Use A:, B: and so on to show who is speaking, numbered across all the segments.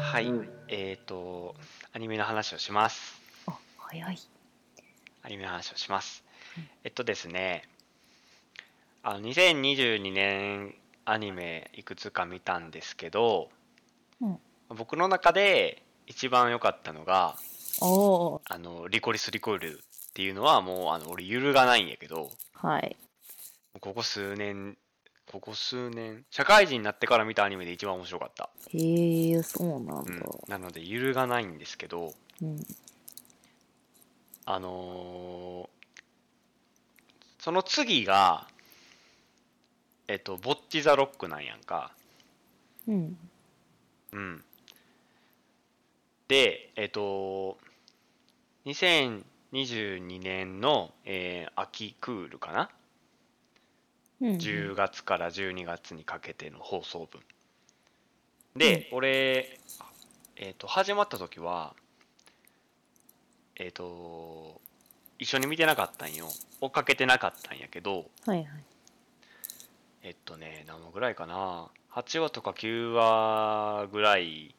A: はい、えっ、と、アニメの話をします。
B: あ、早い。
A: アニメの話をします
B: うん。
A: えっとですね、あの2022年アニメいくつか見たんですけど、
B: うん
A: 僕の中で一番良かったのが、
B: おお、
A: あのリコリス・リコイルっていうのはもうあの俺揺るがないんやけど、
B: はい。
A: ここ数年、ここ数年、社会人になってから見たアニメで一番面白かった。
B: へえ、そうなん
A: う
B: だ
A: ん。、なので揺るがないんですけど、
B: うん。
A: あのーその次が、えっと、ボッチ・ザ・ロックなんやんか。
B: うん。
A: うん。で、えっと、2022年の、えー秋クールかな、
B: うん。
A: 10月から12月にかけての放送分。で、俺、えっと、始まった時は、えっと、一緒に見てなかったんよ。追っかけてなかったんやけど、
B: はいはい。
A: えっとね、何話ぐらいかな、8話とか9話ぐらい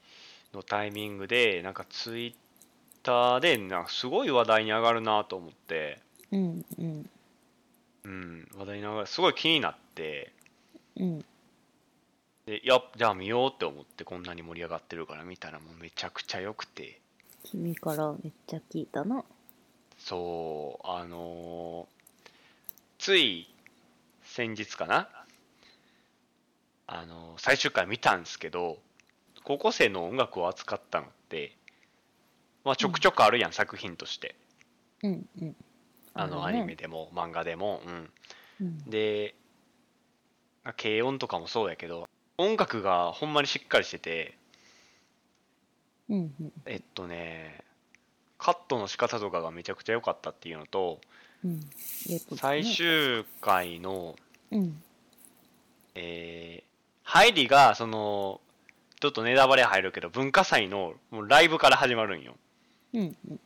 A: のタイミングで、なんかツイッターで、なんかすごい話題に上がるなと思って、
B: うんうん
A: うん、話題に上がる、すごい気になって、
B: うん。
A: で、いや、じゃあ見ようって思って、こんなに盛り上がってるから見たら、もうめちゃくちゃ良くて、
B: 君からめっちゃ聞いたな。
A: そう、あのーつい先日かな、あのー最終回見たんですけど、高校生の音楽を扱ったのって、まあ、ちょくちょくあるやん、作品として。
B: うんうん。
A: あの、アニメでも、漫画でも。うん。
B: うん。
A: で、まあ軽音とかもそうやけど、音楽がほんまにしっかりしてて、
B: うんうん
A: えっとね、カットの仕方とかがめちゃくちゃ良かったっていうのと、
B: うん。えっと
A: 最。終回の、
B: うん。
A: えー入りがそのちょっとネタバレ入るけど文化祭のもうライブから始まるんよ
B: うんうん。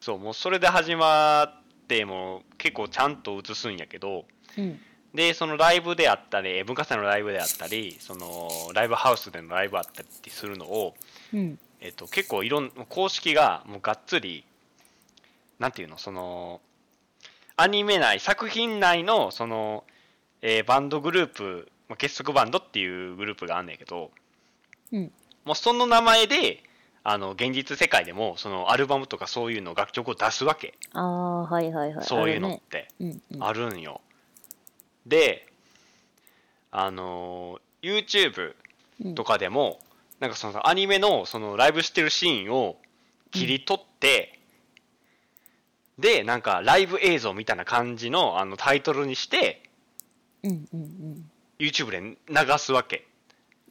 A: そうもうそれで始まってもう結構ちゃんと映すんやけど
B: うん。
A: でそのライブであったり文化祭のライブであったりそのライブハウスでのライブあったりってするのを、
B: うん。
A: えっと結構いろん公式がもうがっつりなんていうのそのアニメ内作品内のその、えーバンドグループまあ結束バンドっていうグループがあんねんけど、
B: うん
A: もうその名前であの現実世界でもそのアルバムとかそういうの楽曲を出すわけ、
B: ああ、はいはいはい。
A: そういうの
B: あ
A: っ
B: るね
A: て、
B: うんうん。
A: あるんよであのー YouTube
B: うん
A: とかでも、なんかそのアニメのそのライブしてるシーンを切り取って、でなんかライブ映像みたいな感じのあのタイトルにして
B: うんうんうん。
A: YouTube で流すわけ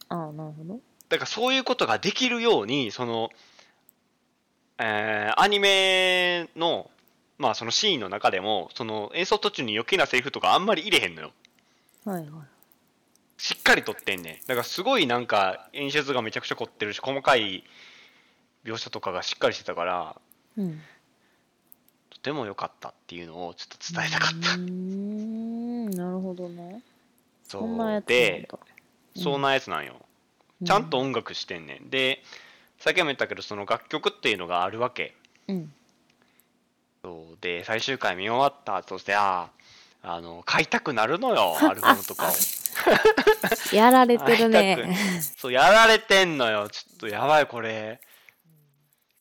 B: ああ、なるほど。
A: だからそういうことができるようにその、えーアニメのまあそのシーンの中でもその演奏途中に余計なセリフとかあんまり入れへんのよ
B: はいはい。
A: しっかり撮ってんねんだからすごいなんか演出がめちゃくちゃ凝ってるし細かい描写とかがしっかりしてたから
B: うん。
A: とても良かったっていうのをちょっと伝えたかった、
B: うーん、なるほどね。そんな
A: そ
B: や
A: う
B: つなん
A: で
B: だ。うん
A: そんなやつなんよ、
B: う
A: ちゃんと。音楽してんねんでさっきも言ったけどその楽曲っていうのがあるわけ
B: うん。
A: そうで最終回見終わった後であーあの買いたくなるの よアルバムとかを
B: やられてる
A: 会い
B: ね。
A: そうやられてんのよちょっとやばいこれ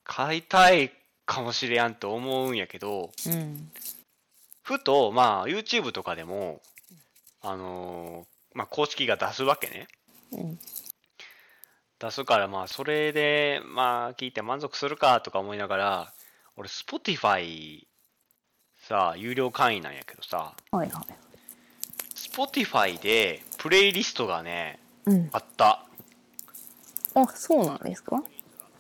A: 買いたいかもしれやんと思うんやけど
B: うん。
A: ふと、まあ、YouTube とかでも、あのーまあ、公式が出すわけね。
B: うん。
A: 出すから、まあ、それで、まあ、聞いて満足するかとか思いながら、俺、Spotify、さ、有料会員なんやけどさ、
B: はいはい。
A: Spotify で、プレイリストがね、
B: うん。
A: あった。
B: あ、そうなんですか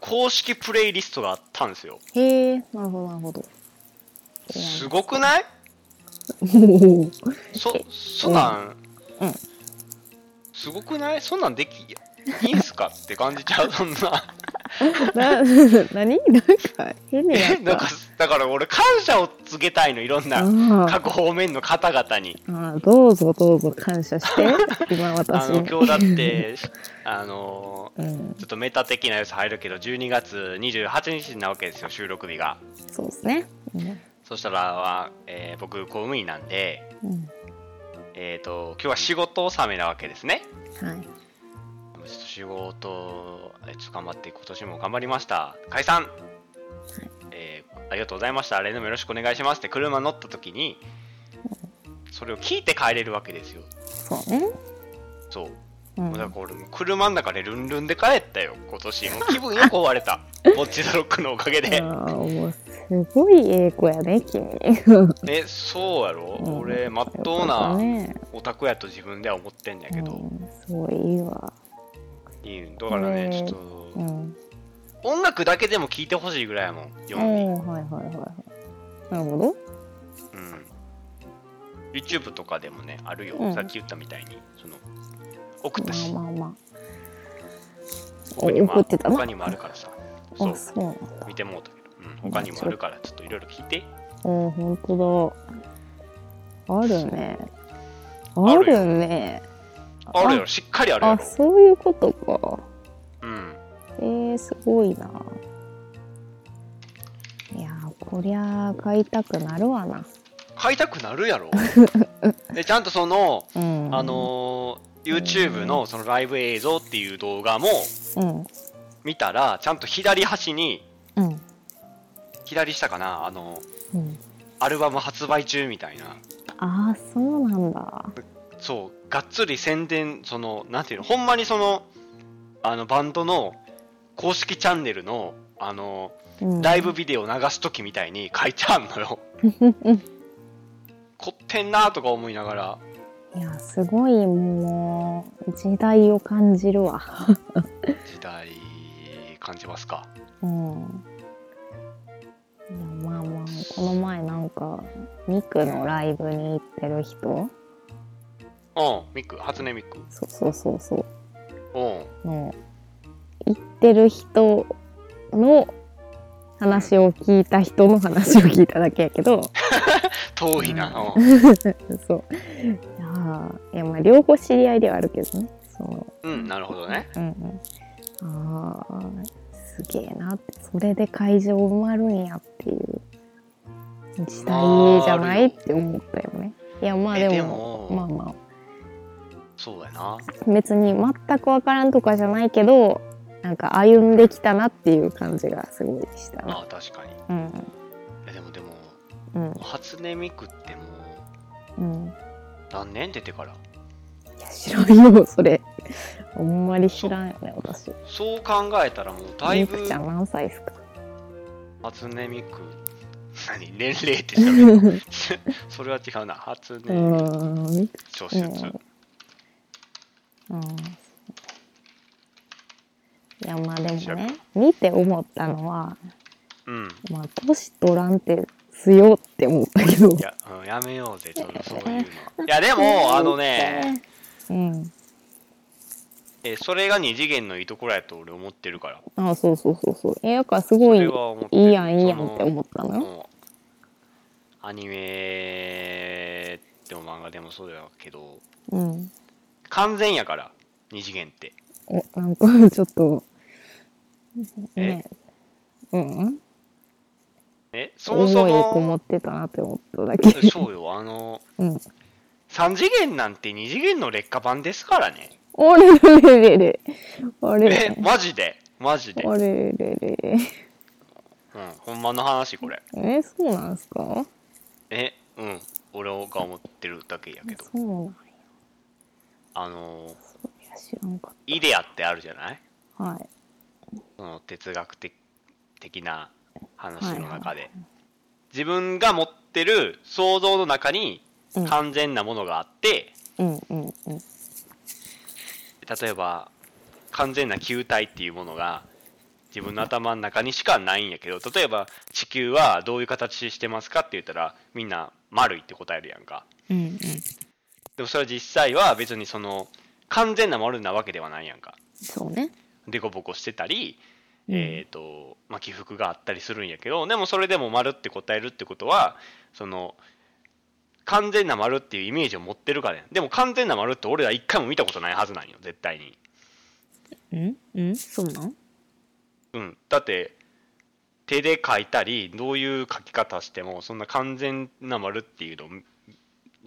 A: 公式プレイリストがあったんですよ。
B: へえ、なるほどなるほど。
A: すごくない
B: おお。
A: そ、そんなん、
B: うん
A: すごくないそんなんでき、いいんすかって感じちゃう、そんな。
B: な 何なんか変に
A: え な
B: なっ
A: んか
B: た。
A: だから俺感謝を告げたいのいろんな
B: あ
A: 各方面の方々に。
B: あああどうぞどうぞ感 謝して今
A: あ
B: 私
A: の
B: に。
A: 今日だってあの
B: うん
A: ちょっとメタ的な要素入るけど12月28日なわけですよ収録日が
B: そうですね。うん
A: そしたら、えー僕公務員なんで
B: うん
A: えっ、と今日は仕事納めなわけですね
B: はい。
A: ちょっと仕事えーちょっと頑張って今年も頑張りました解散、えーありがとうございました例のもよろしくお願いしますって車乗った時にそれを聞いて帰れるわけですよ
B: そうね。
A: そう
B: う
A: だから
B: ん。
A: これもう車の中でルンルンで帰ったよ今年もう気分よく終われ たぼっちドロックのおかげで
B: ああもうすごいええ子やね君。
A: えそうやろ、
B: うん
A: 俺まっとうなオタクやと自分では思ってんやけ
B: う
A: ど、
B: ん、すごいいいわ。
A: いいだからね、
B: ね
A: ちょっ
B: う
A: と、
B: ん。
A: 音楽だけでも聴いてほしいぐらいやもん
B: お
A: 4人、
B: おはいはいはいはい。なるほど。
A: うん、YouTube とかでもねあるよ、
B: うん
A: さっき言ったみたいにその送った
B: ま
A: し、
B: あまあま
A: 他にも
B: 送ってたの
A: 他にもあるからさ
B: あ。
A: そ
B: あ
A: う
B: そうなんだ。
A: 見てもうたけど、うん、他にもあるからちょっといろいろ聞いて
B: うん、本当だ。あるね。あるね。
A: あるよしっかりあるや
B: あ、
A: ろ
B: そういうことか。
A: うん
B: えー、すごいな。いやー、こりゃあ買いたくなるわな。
A: 買いたくなるやろでちゃんとその
B: うん。
A: あ、のー YouTube のそのライブ映像っていう動画も
B: うん。
A: 見たらちゃんと左端に
B: うん。
A: 左下かなあの
B: うん、
A: アルバム発売中みたいな
B: ああ、そうなんだ。
A: そうがっつり宣伝そのなんていうのほんまにそのあのバンドの公式チャンネルのあの
B: うん、
A: ライブビデオ流す時みたいに書いてあんのよ凝ってんなとか思いながら
B: いや、すごい、もう、時代を感じるわ。
A: 時代感じますか
B: うん。いやまあまあこの前なんかミクのライブに行ってる人
A: うんミク初音ミク
B: そうそうそうそ
A: うん
B: うの行ってる人の話を聞いた人の話を聞いただけやけど
A: 遠いな、うん
B: そういやーいやまあ両方知り合いではあるけどねそう
A: うん、なるほどね。
B: うんうんあーすげえなってそれで会場埋まるんやっていう時代じゃないって思ったよねいやまあ
A: え
B: で
A: で
B: も
A: も
B: まあま
A: そうやな。
B: あ別に全く分からんとかじゃないけどなんか歩んできたなっていう感じがすごいしたな
A: まあ確かに。い
B: うん
A: やでもでも、
B: うん
A: 初音ミクってもう
B: うん
A: 何年出てから
B: いや知らんよそれあんまり知らんよね私
A: そう考えたらもうだい
B: ミ
A: ぶ
B: クちゃん何歳ですか
A: 初音ミク、 何年齢って言ったの それは違うな。初
B: う
A: 音ミク
B: んミク
A: 小
B: う
A: 説。
B: んうんいやまあでもね見て思ったのは
A: うん。
B: まあ年取らんって強って思ったけど
A: いや、うん、やめようぜ、ちょっとそう いうの。いやでも、あのね、
B: うん
A: えそれが二次元のいいところやと俺思ってるから。
B: あそうそうそうそうえやからすごい
A: それは思ってる
B: いいやんいいやんって
A: その
B: 思ったのよ
A: もうアニメでも漫画でもそうだけど
B: うん
A: 完全やから二次元って
B: おなんか ちょっとねうん
A: えそもそ
B: 思いこも
A: も
B: ってたなって思っただけ
A: そうよあの
B: うん
A: 3次元なんて二次元の劣化版ですからね
B: あれれれれれあれ
A: え
B: れ
A: マジでマジで、う
B: あ
A: ん、
B: れれれ
A: ほんまの話これ
B: えそうなんすか
A: えうん俺が思ってるだけやけど
B: そうなんや
A: あの
B: いや知らんかっ
A: イデアってあるじゃない
B: たはい
A: その哲学的的な
B: は
A: 話
B: い
A: の
B: はい
A: 中で、自分が持ってる想像の中に
B: うん
A: 完全なものがあって、
B: うんうんうん
A: 例えば完全な球体っていうものが自分の頭の中にしかないんやけど例えば地球はどういう形してますかって言ったらみんな丸いって答えるやんか
B: うんうん
A: でもそれは実際は別にその完全な丸なわけではないやんか
B: そうね
A: 凸凹してたり、えーとまあ、起伏があったりするんやけどでもそれでも丸って答えるってことはその完全な丸っていうイメージを持ってるからやんでも完全な丸って俺ら一回も見たことないはずなんよ絶対に
B: うんうんそうなん
A: うんだって手で書いたりどういう書き方してもそんな完全な丸っていうの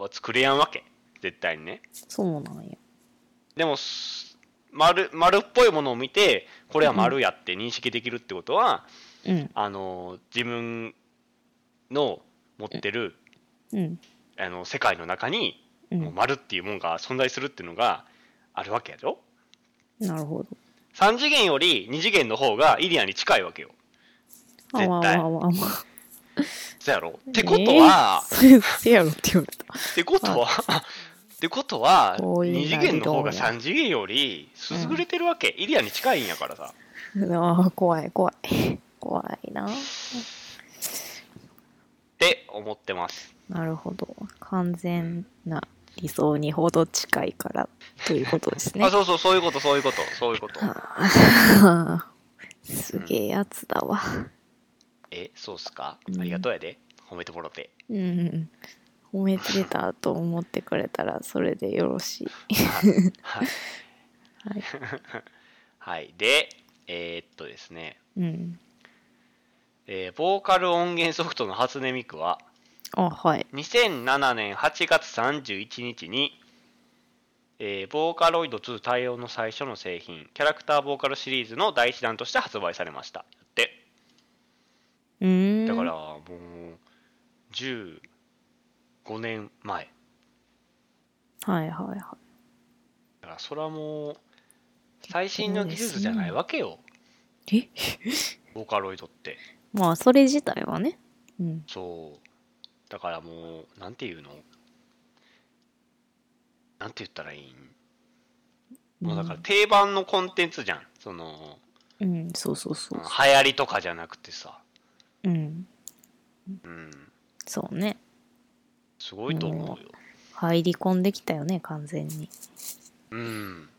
A: は作れやんわけ絶対にね
B: そうなんや
A: でもす丸丸っぽいものを見てこれは丸やって認識できるってことは、
B: うん
A: あの自分の持ってる、
B: うん
A: あの世界の中に、
B: う
A: もうん丸っていうもんが存在するっていうのがあるわけやろ
B: なるほど
A: 3次元より2次元の方がイリアに近いわけよ
B: あ
A: 絶対
B: まあまあまあまあ
A: そやろってことは、
B: えーそういうせやろって言われた
A: ってことは ってことは
B: こういう
A: 2次元の方が
B: な
A: 3次元より優れてるわけ、イリアに近いんやからさ
B: あー怖い怖い怖いな
A: って思ってます
B: なるほど完全な理想にほど近いからということですね
A: あそうそうそういうことそういうことそういう こと
B: あーすげえやつだわ
A: えそうっすか
B: うん
A: ありがとうやで褒めてもろて
B: うん褒めてたと思ってくれたらそれでよろしい
A: はい
B: はい、
A: はい、でえーっとですね、
B: うん、
A: えーボーカル音源ソフトの初音ミクは
B: あはい
A: 2007年8月31日に、えーボーカロイド2対応の最初の製品キャラクターボーカルシリーズの第一弾として発売されましたで
B: うーん
A: だからもう15年前
B: はいはいは
A: だからそれはもう最新の技術じゃないわけよ
B: いえ
A: ボーカロイドって
B: まあそれ自体はねうん
A: そうだからもうなんていうのなんて言ったらいいんもうだから定番のコンテンツじゃんその
B: うんそうそうそう
A: 流行りとかじゃなくてさ
B: うん
A: うん
B: そうね
A: すごいと思うよ
B: 入り込んできたよね完全に
A: うん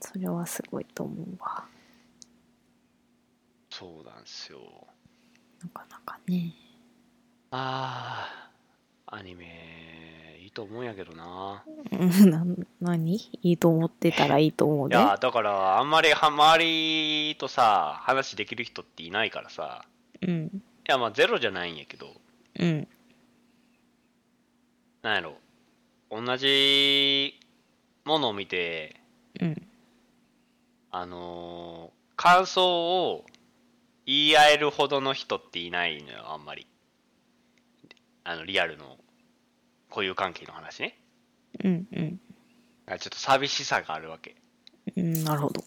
B: それはすごいと思うわ
A: そうなんすよ
B: なかなかね
A: あーアニメいいと思うんやけどな
B: うんな何いいと思ってたらいいと思う
A: い
B: ね
A: やだからあんまりは周りとさ話できる人っていないからさ
B: うん
A: いやまあゼロじゃないんやけど
B: うん
A: なんやろ同じものを見て
B: うん
A: あのー感想を言い合えるほどの人っていないのよあんまりあのリアルの固有関係の話ね
B: うんうん
A: だからちょっと寂しさがあるわけ
B: うんなるほど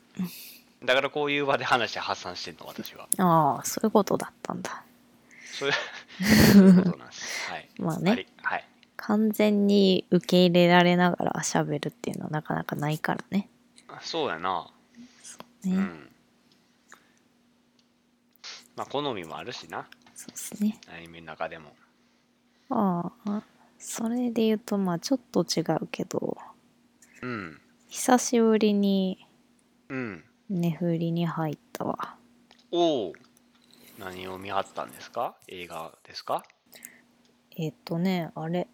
A: だからこういう場で話して発散してんの私は
B: ああそういうことだったんだ
A: そういうそういうことなんですはい
B: まあ
A: あ
B: ね
A: りはい
B: 完全に受け入れられながら喋るっていうのはなかなかないからね
A: あそうやなう
B: ね、
A: んまあ好みもあるしな
B: そうですね
A: アニメの中でも
B: ああそれで言うとまあちょっと違うけど
A: うん
B: 久しぶりに
A: うん
B: 寝振りに入ったわ
A: おお何を見張ったんですか映画ですか
B: えっ、とねあれ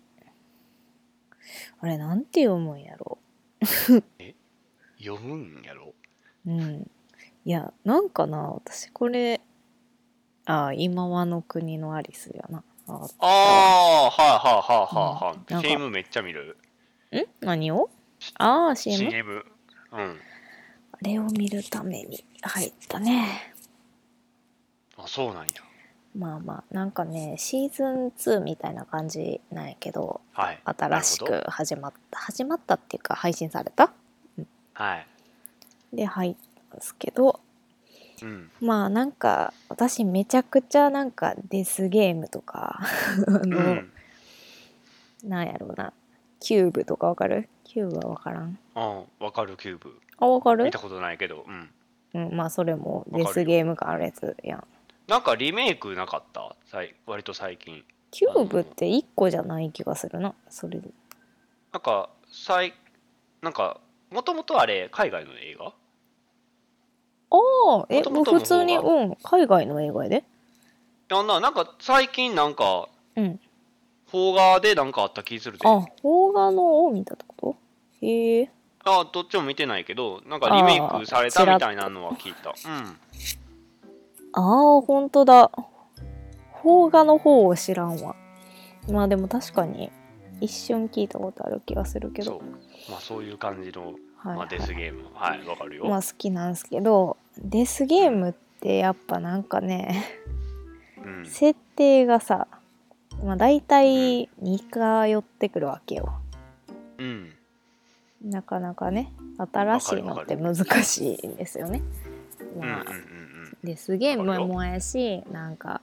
B: あれなんて読むんやろ
A: 読むんやろ
B: うんいやなんかな私これああ今はの国のアリスやなあ
A: ああはいはいはいはいはい、
B: うんなんか
A: CM めっちゃ見る
B: ん何をああ CM?
A: CM うん
B: あれを見るために入ったね
A: あそうなんや
B: まあまあなんかねシーズン2みたいな感じなんやけど
A: はい
B: 新し
A: なる
B: く始まった始まったっていうか配信された
A: ほどはい
B: で入ったんですけど
A: うん
B: まあなんか私めちゃくちゃなんかデスゲームとか あ
A: う
B: の、
A: ん
B: なんやろうなキューブとかわかるキューブはわからん
A: あわかるキューブ
B: あわかる
A: 見たことないけどうん
B: うん、まあそれも
A: わかる
B: デ
A: よ
B: スゲーム感あるやつやん
A: なんかリメイクなかったさい割と最近
B: キューブって1個じゃない気がするなそれで
A: なんか最なんかもともとあれ海外の映画
B: ああえ
A: 元
B: も
A: 々の
B: う
A: 方が
B: 普通にうん海外の映画やで
A: やんななんか最近なんか
B: うん
A: 邦画でなんかあった気するで
B: あ邦画のを見たってことへえ
A: あどっちも見てないけどなんかリメイクされたみたいなのは聞いたうん
B: ああ本当だ邦画の方を知らんわまあでも確かに一瞬聞いたことある気がするけ
A: そ
B: ど
A: うまあそういう感じの、
B: はい
A: ま
B: は
A: あ、
B: い
A: デスゲームはいわかるよ、
B: まあ好きなんですけどデスゲームってやっぱなんかね
A: うん、
B: 設定がさまあ大体似通ってくるわけよ
A: うん、
B: なかなかね新しいのって難しいんですよね
A: うんうんうん
B: まあ
A: うん
B: デスゲー
A: わかるよ
B: ムもやしなんか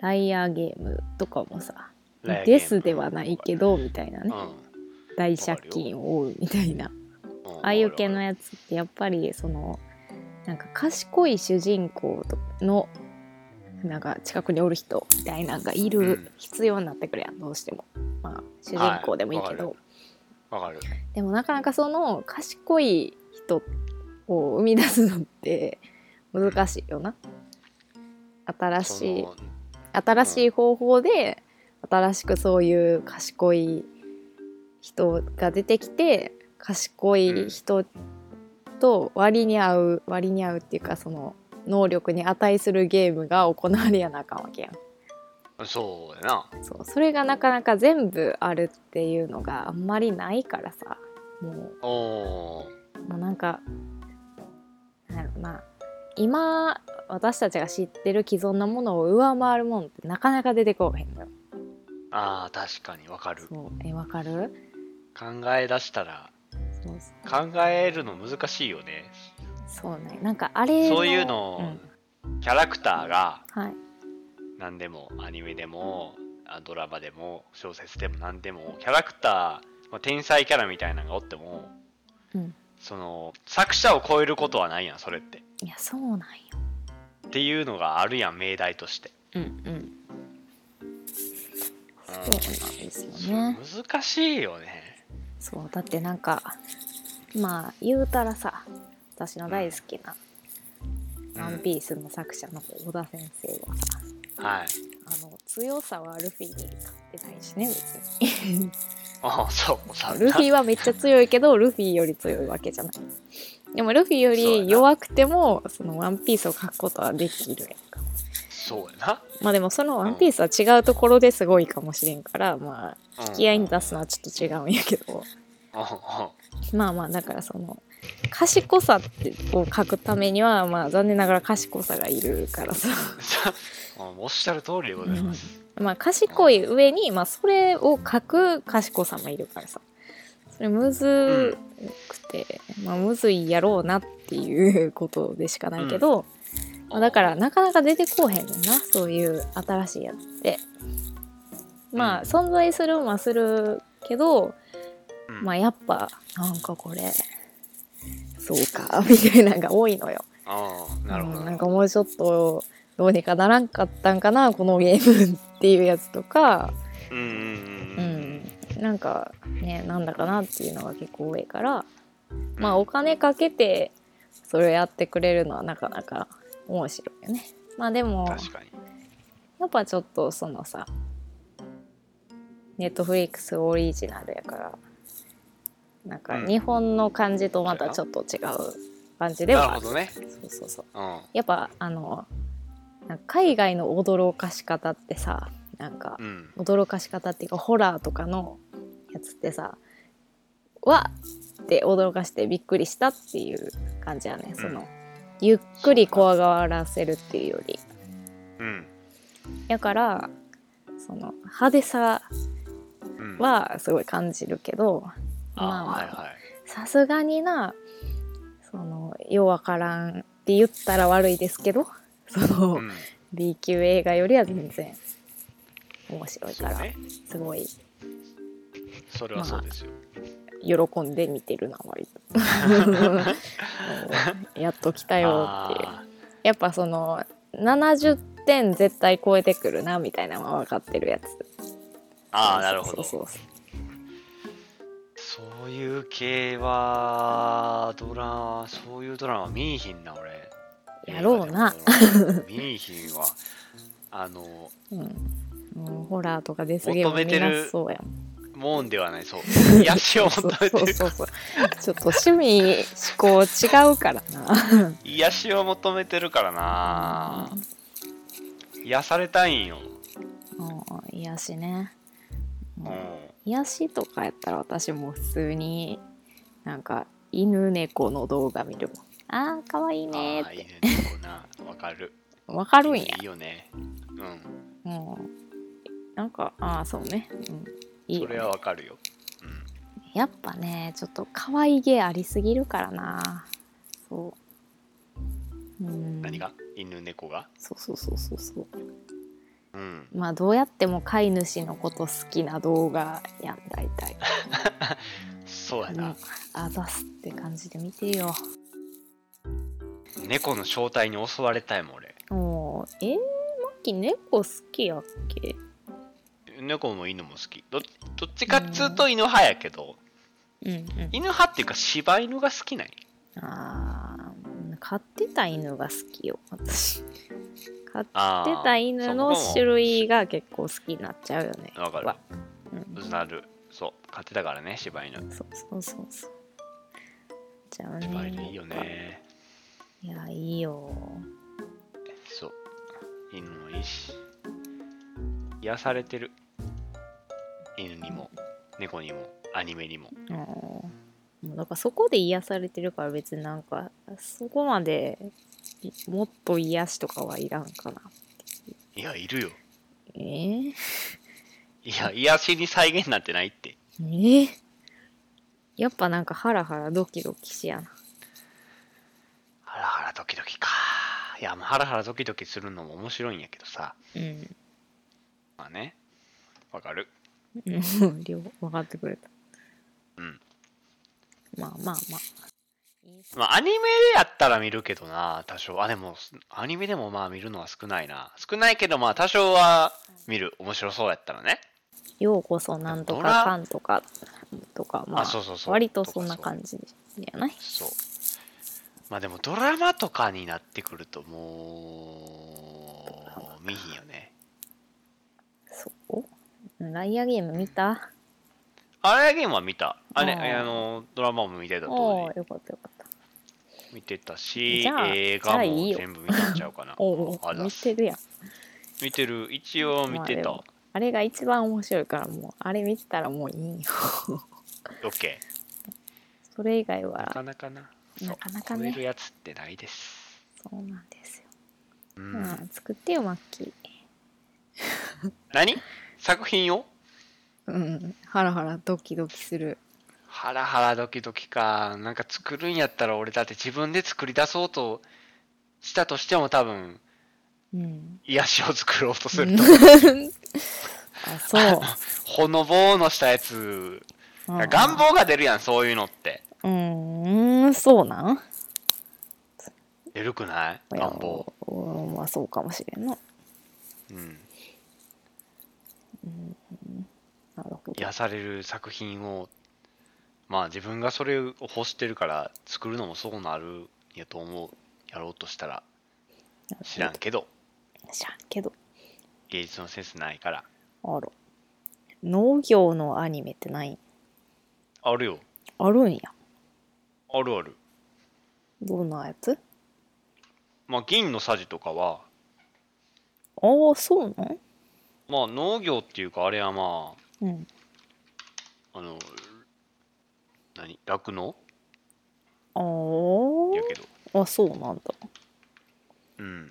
B: ライアーゲームとかもさ
A: ライアーゲーム
B: デスではないけどみたいな
A: うん
B: ね大借金を負うみたいな
A: うん
B: ああいう系の
A: わかるわかる
B: やつってやっぱりそのなんか賢い主人公とのなんか近くにおる人みたいなのがい
A: うん
B: る必要になってくるやんどうしてもまあ主人公でもいいけど、
A: はいわかる
B: でもなかなかその賢い人を生み出すのって難しいよな新しい
A: その
B: 新しい方法で新しくそういう賢い人が出てきて賢い人と割に合う割に合うっていうかその能力に値するゲームが行われやなあかんわけやん
A: そうやな
B: そうそれがなかなか全部あるっていうのがあんまりないからさもう
A: おお
B: もうなんかなんやろな今私たちが知ってる既存のものを上回るもんってなかなか出てこうへんのよ。
A: あー確かにわかる
B: そうえわかる
A: 考え出したら
B: そう
A: 考えるの難しいよね
B: そうねなんかあれ
A: そういうのを、キャラクターが
B: うんはい
A: 何でもアニメでもあドラマでも小説でも何でもキャラクター、まあ、天才キャラみたいなのがおっても、
B: うん
A: その作者を超えることはないやんそれって
B: いやそうなんよ
A: っていうのがあるやん命題として、
B: うんうん
A: うん
B: そうなんです
A: それ
B: よね
A: 難しいよね
B: そうだってなんかまあ言うたらさ私の大好きな「
A: うん
B: ワンピースの作者の小田先生はさ
A: はい
B: あの強さはルフィに勝ってないしね別に。
A: ああそうさ
B: ルフィはめっちゃ強いけどルフィより強いわけじゃないでもルフィより弱くてもそのワンピースを描くことはできるやんか
A: そうや
B: まあでもそのワンピースは違うところですごいかもしれんからまあ
A: な
B: 引き合いに出すのはちょっと違うんやけど
A: うんうん
B: まあまあだからその賢さってを描くためにはまあ残念ながら賢さがいるからさ
A: さおっしゃる通りでございます、
B: まあ賢い上にまあそれを描く賢さもいるからさそれむずくて、まあむずいやろうなっていうことでしかないけど、まあだからなかなか出てこうへんねんなそういう新しいやつってまあ
A: うん
B: 存在するはするけど、
A: うん
B: まあやっぱなんかこれそうかみたいなのが多いのよ
A: ああなるほど
B: うんなんかもうちょっとどうにかならんかったんかなこのゲームっていうやつとか
A: うんうんう
B: うんんなんかねなんだかなっていうのが結構多いから
A: うん
B: まあお金かけてそれをやってくれるのはなかなか面白いよねまあでも
A: 確かに
B: やっぱちょっとそのさネットフリックスオリジナルやからなんか
A: うん
B: 日本の感じとまたちょっと違う感じでは
A: な
B: あ
A: る
B: る
A: ほどね
B: そうそうそう
A: うん
B: やっぱあのなんか海外の驚かし方ってさなんか
A: うん
B: 驚かし方っていうかホラーとかのやつってさ「わっ!」って驚かしてびっくりしたっていう感じやね、そのゆっくり怖がらせるっていうより
A: うん
B: やからその派手さ
A: うん
B: はすごい感じるけど
A: あ
B: まあまあ
A: はいはい
B: さすがになそのようわからんって言ったら悪いですけどその、
A: うん
B: B 級映画よりは全然面白い
A: そ
B: か
A: う
B: ら、
A: ね
B: すごい
A: それはそうですよ、
B: 喜んで見てるな割 とうんやっと来たよっていう
A: あ
B: やっぱその70点絶対超えてくるなみたいなのは分かってるやつ
A: ーあーなるほど
B: そ
A: そう
B: うそう
A: いう系はドラそういうドラマ見いひんな俺
B: やろうな。
A: 見いひんわ。あの、
B: うん、もうホラーとかデスゲー
A: 求
B: ム
A: めて
B: 見
A: る
B: なそうやん。
A: もんではない、 そう。癒しを
B: そう
A: 求めてる
B: そうそうそう。ちょっと趣味思考違うからな。
A: 癒しを求めてるからな癒されたいんよ、
B: うん、癒しね。
A: う
B: うん
A: ん、
B: 癒しとかやったら私も普通になんか犬猫の動画見るもん。あーかわいい
A: あ
B: ね
A: あ
B: ー
A: いい
B: って。
A: ねなわかる
B: わかるんや
A: いい。よねうん
B: もうなんかああそうね。うん、いい
A: そ
B: よ
A: れ
B: ね
A: はわかるよ、うん、
B: やっぱねちょっと可愛げありすぎるからなそううん
A: 何が犬猫が
B: そうそうそうそうそう
A: うん
B: まあどうやっても飼い主のこと好きな動画やん大体
A: そうや
B: も
A: な
B: うあざすって感じで見てよ
A: 猫の正体に襲われたいもん俺
B: もうえー、マッキー猫好きやっけ
A: 猫も犬も好きどっちどっちかっつうと犬派やけど
B: うんうん
A: 犬派っていうか柴犬が好きない
B: あー飼ってた犬が好きよ私飼って
A: あー
B: た犬の種類が結構好きになっちゃうよね
A: わかる
B: わうん
A: なるそう飼ってたからね柴犬
B: そうそうそうそう。じゃあね。
A: 柴犬いいよ。ね
B: いや、いいよ。
A: そう犬もいいし癒されてる犬にも猫にもアニメにも
B: うん。もうだからそこで癒されてるから別になんかそこまでいもっと癒しとかはいらんかな。
A: いやいるよ
B: えー、
A: いや癒しに再現なんてないって
B: えー、やっぱなんかハラハラドキドキしやな。
A: ハラハラドキドキかいやまあハラハラドキドキするのも面白いんやけどさ
B: うん。
A: まあねわかる
B: うん 両方分かってくれた。
A: うん
B: まあまあまあ。いいっす
A: まあアニメでやったら見るけどな多少あでもアニメでもまあ見るのは少ないな少ないけどまあ多少は見る面白そうやったらね
B: ようこそなんと
A: ド
B: か
A: ラ
B: かんとかとかまあ
A: あそうそうそう
B: 割とそんな
A: とかそう
B: 感じじゃない
A: そう。まあでもドラマとかになってくるともう見ひんよね。
B: そうライアーゲーム見た
A: あれゲームは見た。あれ
B: あー
A: あのドラマも見てた
B: お
A: 当
B: およかったよかった
A: 時見てたし
B: じゃあ
A: 映
B: じ
A: 画
B: ゃあ
A: も
B: いいよ。
A: 全部見たんちゃうかな
B: お
A: あ
B: お
A: ざ
B: 見
A: す
B: てるやん
A: 見てる一応見てた。
B: まあ
A: オ
B: であれが一番面白いからもうあれ見てたらもういいよ
A: ッケ
B: それ以外
A: ー。なか
B: は
A: なかな。
B: なかなか
A: 超える
B: ね
A: やつってないです。
B: そうなんですよ、
A: う
B: まあ
A: ん。
B: 作ってよマッキー
A: 何？作品を？
B: うんハラハラドキドキする
A: ハラハラドキドキか。なんか作るんやったら俺だって自分で作り出そうとしたとしても多分。
B: うん
A: 癒しを作ろうとすると、
B: あそう
A: ほのぼのしたやつ、
B: うん
A: 願望が出るやんそういうのって
B: うーんそうなん
A: 出るくない
B: いや
A: 願望
B: うんまあそうかもしれんの
A: うん
B: なるほど
A: 癒される作品をまあ自分がそれを欲してるから作るのもそうなるんやと思うやろうとしたら知らんけど
B: 知らんけど
A: 芸術のセンスないから
B: あら農業のアニメってない
A: あるよ
B: あるんや
A: あるある
B: どんなやつ
A: まあ銀のさじとかは
B: ああそうなん
A: まあ農業っていうかあれはま
B: うん
A: ああの何酪農
B: あ
A: やけど
B: ああそうなんだ
A: うん。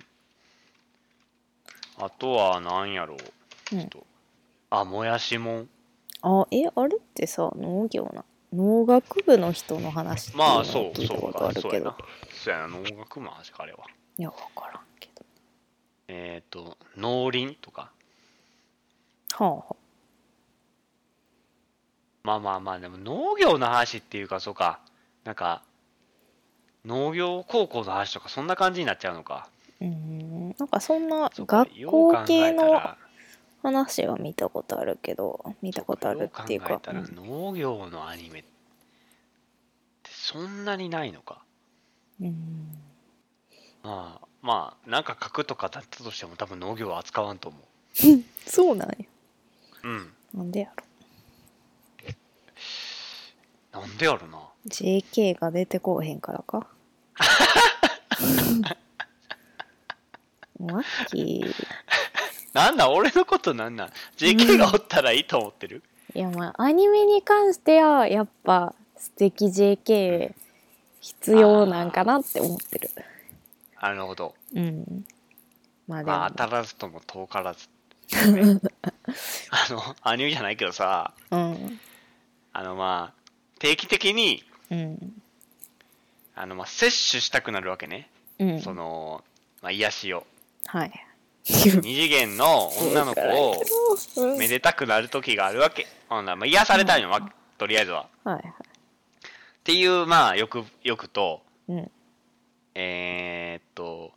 A: あとは何やろう、
B: うん
A: ちょっとあ、もやしもん。
B: あえあれってさ農業な農学部の人の話っていうの
A: ま
B: は
A: あ、そう、
B: 聞いた
A: そ
B: こ
A: う
B: と
A: か、
B: ある
A: そう
B: け
A: や
B: ど
A: な。そうやな、農学も確かあれは。
B: いやわからんけど
A: えっ、と、農林とか。
B: はあは
A: まあまあまあ、でも農業の話っていうか、そうか、なんか、農業高校の話とか、そんな感じになっちゃうのか。
B: あうんなんかそんな
A: そうか
B: 学校系
A: よう
B: の
A: 考
B: 話は見たことあるけど見
A: え
B: たことあるっていう
A: そ
B: か
A: うかよう考えたら、農業のアニメって、そんなにないのか。
B: うんうん
A: まあ、まあなんか書くとかだったとしても多分農業は扱わんと思
B: そうなんや
A: ううん
B: なんでやろ
A: なんでやろな
B: JK が出てこうへんからか もうアッキー
A: なんだ俺のことなんなん JK がおったらいいと思ってる、
B: いやまあアニメに関してはやっぱ素敵 JK 必要なんかなって思ってる
A: なるほど
B: うんまあでも、
A: まあ当たらずとも遠から ずあのアニメじゃないけどさ
B: うん
A: あのまあ定期的に
B: うん
A: あのまあ摂取したくなるわけね、
B: うん
A: その、まあ、癒しを
B: はい
A: 二次元の女の子を
B: うんはい
A: めでたくなる時があるわけほんならまあ癒されたいのわとりあえずはっ
B: はい
A: ていうまあ欲欲と
B: うん
A: えー、っと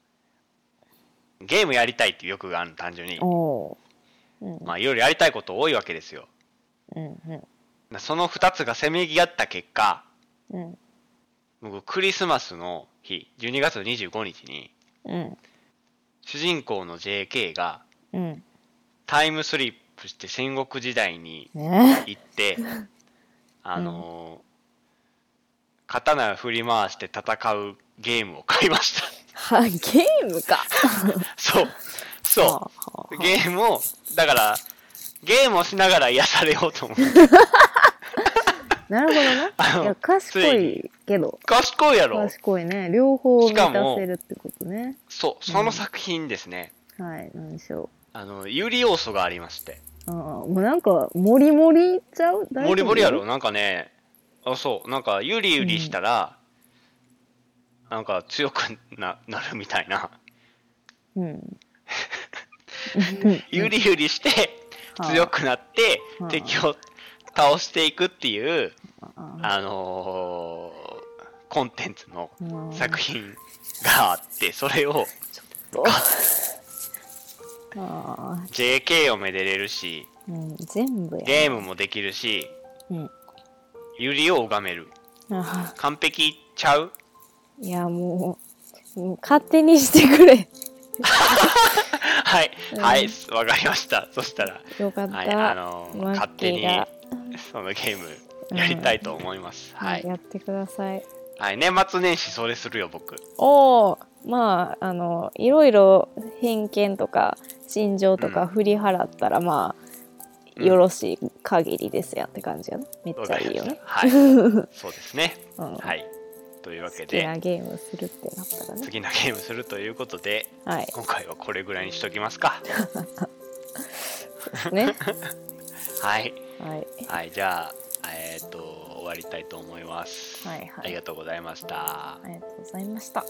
A: ゲームやりたいっていう欲があるの単純に
B: おおーうん
A: まあいろいろやりたいこと多いわけですよ
B: うん
A: その2つがせめぎ合った結果
B: うん
A: 僕クリスマスの日12月25日に
B: うん
A: 主人公の JK が
B: うん
A: タイムスリップして戦国時代に
B: ね
A: 行 ってあのー刀を振り回して戦うゲームを買いました
B: はゲームか
A: そうそ
B: はあはあ
A: うゲームをだからゲームをしながら癒されようと思 って
B: なるほどね
A: あ
B: いや
A: の
B: 賢いけど
A: 賢いやろ
B: 賢いね両方を
A: し
B: 満
A: か
B: た
A: も
B: せるってことね
A: そうその作品ですね、
B: はい何でしょう
A: あの有利要素がありまして
B: ああもうなんかモリモリちゃう大丈夫
A: モリモリやろなんかねあそうなんかゆりゆりしたら、なんか強くななるみたいな
B: うん
A: ゆりゆりして強くなって
B: はあ
A: 敵を倒していくっていう
B: あ
A: あのーコンテンツの
B: あ
A: 作品があってそれを
B: とああ
A: JK をめでれるし
B: うん全部や
A: ゲームもできるし
B: うん
A: ゆりを拝める
B: ああ
A: 完璧ちゃう
B: いやもうもう勝手にしてくれ
A: はい、
B: うん
A: はいわかりましたそしたら
B: よかった、
A: はい、あのー
B: マッ
A: 勝
B: キ
A: 手に
B: ーが
A: そのゲームやりたいと思います。は
B: はい
A: い、
B: やってください
A: はい、年末年始それするよ僕。
B: おおまああのいろいろ偏見とか心情と
A: う
B: か
A: ん
B: 振り払ったら、まあ
A: うん
B: よろしい限りですやんって感じやなめっ
A: わ
B: ち
A: か
B: ゃい
A: り
B: いよ
A: まし
B: ね
A: た。はい、そうですね。
B: うん
A: はい、というわけ
B: 好きな
A: で
B: ゲームするってなったらね
A: 次のゲームするということで
B: はい
A: 今回はこれぐらいにしときます か。
B: ね
A: はい、
B: はい
A: はい、じゃあえっ、と終わりたいと思います。
B: はいはい
A: ありがとうございました。
B: ありがとうございました